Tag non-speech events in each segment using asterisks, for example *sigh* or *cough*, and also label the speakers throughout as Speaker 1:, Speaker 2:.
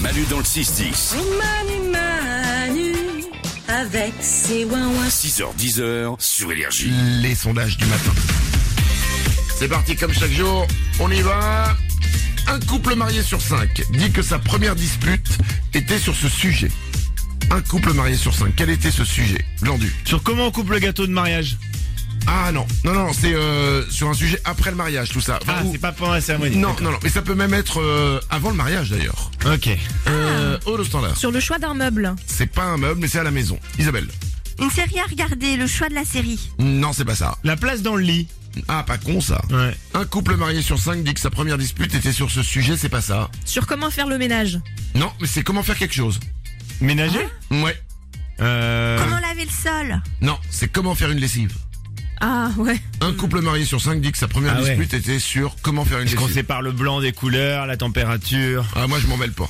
Speaker 1: Manu dans le 6-10.
Speaker 2: Manu, Manu, avec ses ouin-ouin.
Speaker 1: 6h-10h sur Énergie.
Speaker 3: les sondages du matin. C'est parti comme chaque jour, on y va. Un couple marié sur cinq dit que sa première dispute était sur ce sujet. Un couple marié sur cinq, quel était ce sujet Glandu.
Speaker 4: Sur comment on coupe le gâteau de mariage
Speaker 3: Ah non, non, non, c'est euh, sur un sujet après le mariage, tout ça. Enfin,
Speaker 4: Ah,
Speaker 3: ou-
Speaker 4: c'est pas pendant la cérémonie.
Speaker 3: Non, non, non, mais ça peut même être euh, avant le mariage d'ailleurs.
Speaker 4: Ok.
Speaker 5: Ah.
Speaker 3: Euh, oh, le standard.
Speaker 6: Sur le choix d'un meuble.
Speaker 3: C'est pas un meuble, mais c'est à la maison. Isabelle.
Speaker 5: Une série à regarder, le choix de la série.
Speaker 3: Non, c'est pas ça.
Speaker 4: La place dans le lit.
Speaker 3: Ah, pas con ça.
Speaker 4: Ouais.
Speaker 3: Un couple marié sur cinq dit que sa première dispute était sur ce sujet, c'est pas ça.
Speaker 6: Sur comment faire le ménage.
Speaker 3: Non, mais c'est comment faire quelque chose.
Speaker 4: Ménager
Speaker 3: Ouais.
Speaker 4: Euh.
Speaker 5: Comment laver le sol
Speaker 3: Non, c'est comment faire une lessive.
Speaker 6: Ah ouais.
Speaker 3: Un couple marié sur cinq dit que sa première
Speaker 4: Ah ouais.
Speaker 3: dispute était sur comment faire une
Speaker 4: Est-ce qu'on
Speaker 3: lessive.
Speaker 4: sépare le blanc des couleurs, la température
Speaker 3: Ah, moi je m'en mêle pas.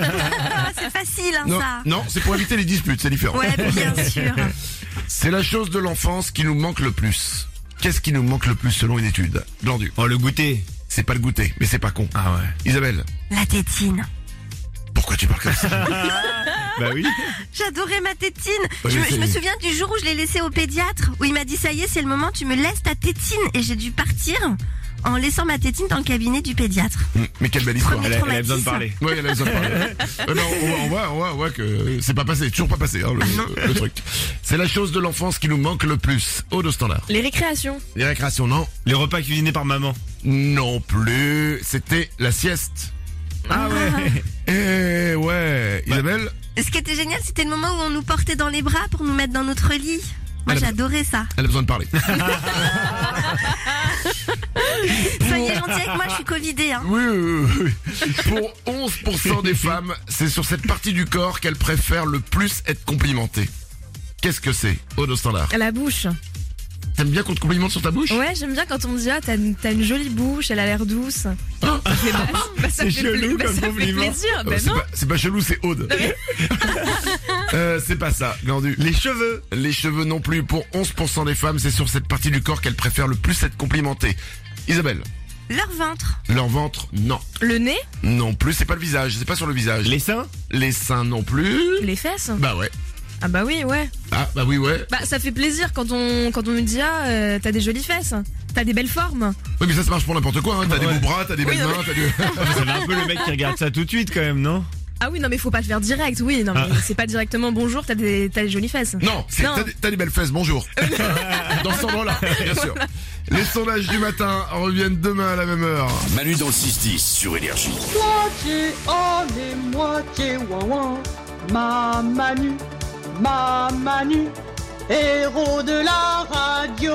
Speaker 5: Ah, C'est facile, hein,
Speaker 3: Non,
Speaker 5: ça.
Speaker 3: non c'est pour éviter les disputes, c'est différent.
Speaker 5: Ouais, bien sûr.
Speaker 3: *laughs* C'est la chose de l'enfance qui nous manque le plus. Qu'est-ce qui nous manque le plus selon une étude Glandu.
Speaker 4: Oh, le goûter.
Speaker 3: C'est pas le goûter, mais c'est pas con.
Speaker 4: Ah ouais.
Speaker 3: Isabelle,
Speaker 5: La tétine.
Speaker 3: pourquoi tu parles comme
Speaker 4: *laughs*
Speaker 3: ça
Speaker 4: Bah oui.
Speaker 5: J'adorais ma tétine.
Speaker 3: Ouais,
Speaker 5: je, me,
Speaker 3: mais
Speaker 5: je me
Speaker 3: c'est-
Speaker 5: souviens du jour où je l'ai laissée au pédiatre, où il m'a dit ça y est, c'est le moment, tu me laisses ta tétine. Et j'ai dû partir en laissant ma tétine dans le cabinet du pédiatre.
Speaker 3: Mm, Mais quelle belle histoire.
Speaker 5: Premier
Speaker 4: Elle a, elle a besoin de
Speaker 5: traumatisme.
Speaker 4: parler.
Speaker 3: Ouais, elle a besoin de parler. Euh, non, on, voit, on, voit, on voit- on voit que c'est pas passé, toujours pas passé hein, le, le truc. C'est la chose de l'enfance qui nous manque le plus. Haut de standard.
Speaker 6: Les récréations.
Speaker 3: Les récréations, non
Speaker 4: Les repas cuisinés par maman.
Speaker 3: Non plus. C'était la sieste.
Speaker 4: Ah ouais.
Speaker 3: Eh ouais, Isabelle
Speaker 5: Ce qui était génial, c'était le moment où on nous portait dans les bras pour nous mettre dans notre lit.
Speaker 3: Ah,
Speaker 5: Moi,
Speaker 3: la-
Speaker 5: j'adorais ça.
Speaker 3: Elle a besoin de parler.
Speaker 5: Soyez gentils avec moi, je suis covidée. Hein.
Speaker 3: Oui, oui, oui, oui. Pour 11% des femmes, c'est sur cette partie du corps qu'elles préfèrent le plus être complimentées. Qu'est-ce que c'est, Haut de standard
Speaker 6: La bouche.
Speaker 3: T'aimes bien qu'on te complimente sur ta bouche
Speaker 6: Ouais, j'aime bien quand on me dit ah t'as une, t'as une jolie bouche, elle a l'air douce.
Speaker 3: Ah.
Speaker 6: *laughs* Ça fait- bah, *laughs* ça
Speaker 4: C'est
Speaker 6: fait
Speaker 4: chelou
Speaker 6: pla- bah,
Speaker 4: comme
Speaker 6: ça fait
Speaker 4: compliment. Oh,
Speaker 6: plaisir,
Speaker 3: Euh,
Speaker 6: bah
Speaker 3: c'est
Speaker 6: non.
Speaker 3: pas, c'est pas chelou, c'est Aude. *laughs* Euh, c'est pas ça, Glandu.
Speaker 4: Les cheveux.
Speaker 3: Les cheveux non plus. Pour 11% des femmes, c'est sur cette partie du corps qu'elles préfèrent le plus être complimentées. Isabelle,
Speaker 5: Leur ventre.
Speaker 3: leur ventre, non.
Speaker 6: Le nez,
Speaker 3: Non plus, c'est pas le visage, c'est pas sur le visage.
Speaker 4: Les seins.
Speaker 3: Les seins non plus.
Speaker 6: les fesses.
Speaker 3: Bah ouais.
Speaker 6: Ah bah oui, ouais.
Speaker 3: Ah bah oui ouais.
Speaker 6: Bah ça fait plaisir quand on quand on me dit ah euh, t'as des jolies fesses, t'as des belles formes.
Speaker 3: Oui mais ça ça marche pour n'importe quoi. Hein. T'as des
Speaker 4: Bah Ouais.
Speaker 3: beaux bras, t'as des belles mains, t'as des...
Speaker 4: Ça fait un peu le mec qui regarde ça tout de suite quand même, non
Speaker 6: Ah oui non mais faut pas le faire direct. Oui non mais
Speaker 4: Ah.
Speaker 6: c'est pas directement bonjour t'as des t'as des jolies fesses.
Speaker 3: Non, c'est-
Speaker 6: Non.
Speaker 3: t'as des- t'as des belles fesses,
Speaker 6: *laughs*
Speaker 3: bonjour. Dans ce endroit-là, bien sûr. Les sondages du matin reviennent demain à la même heure.
Speaker 1: Manu dans le 6-10 sur Énergie.
Speaker 7: Moitié on est moitié ouin Ma Manu, ma Manu, héros de la radio.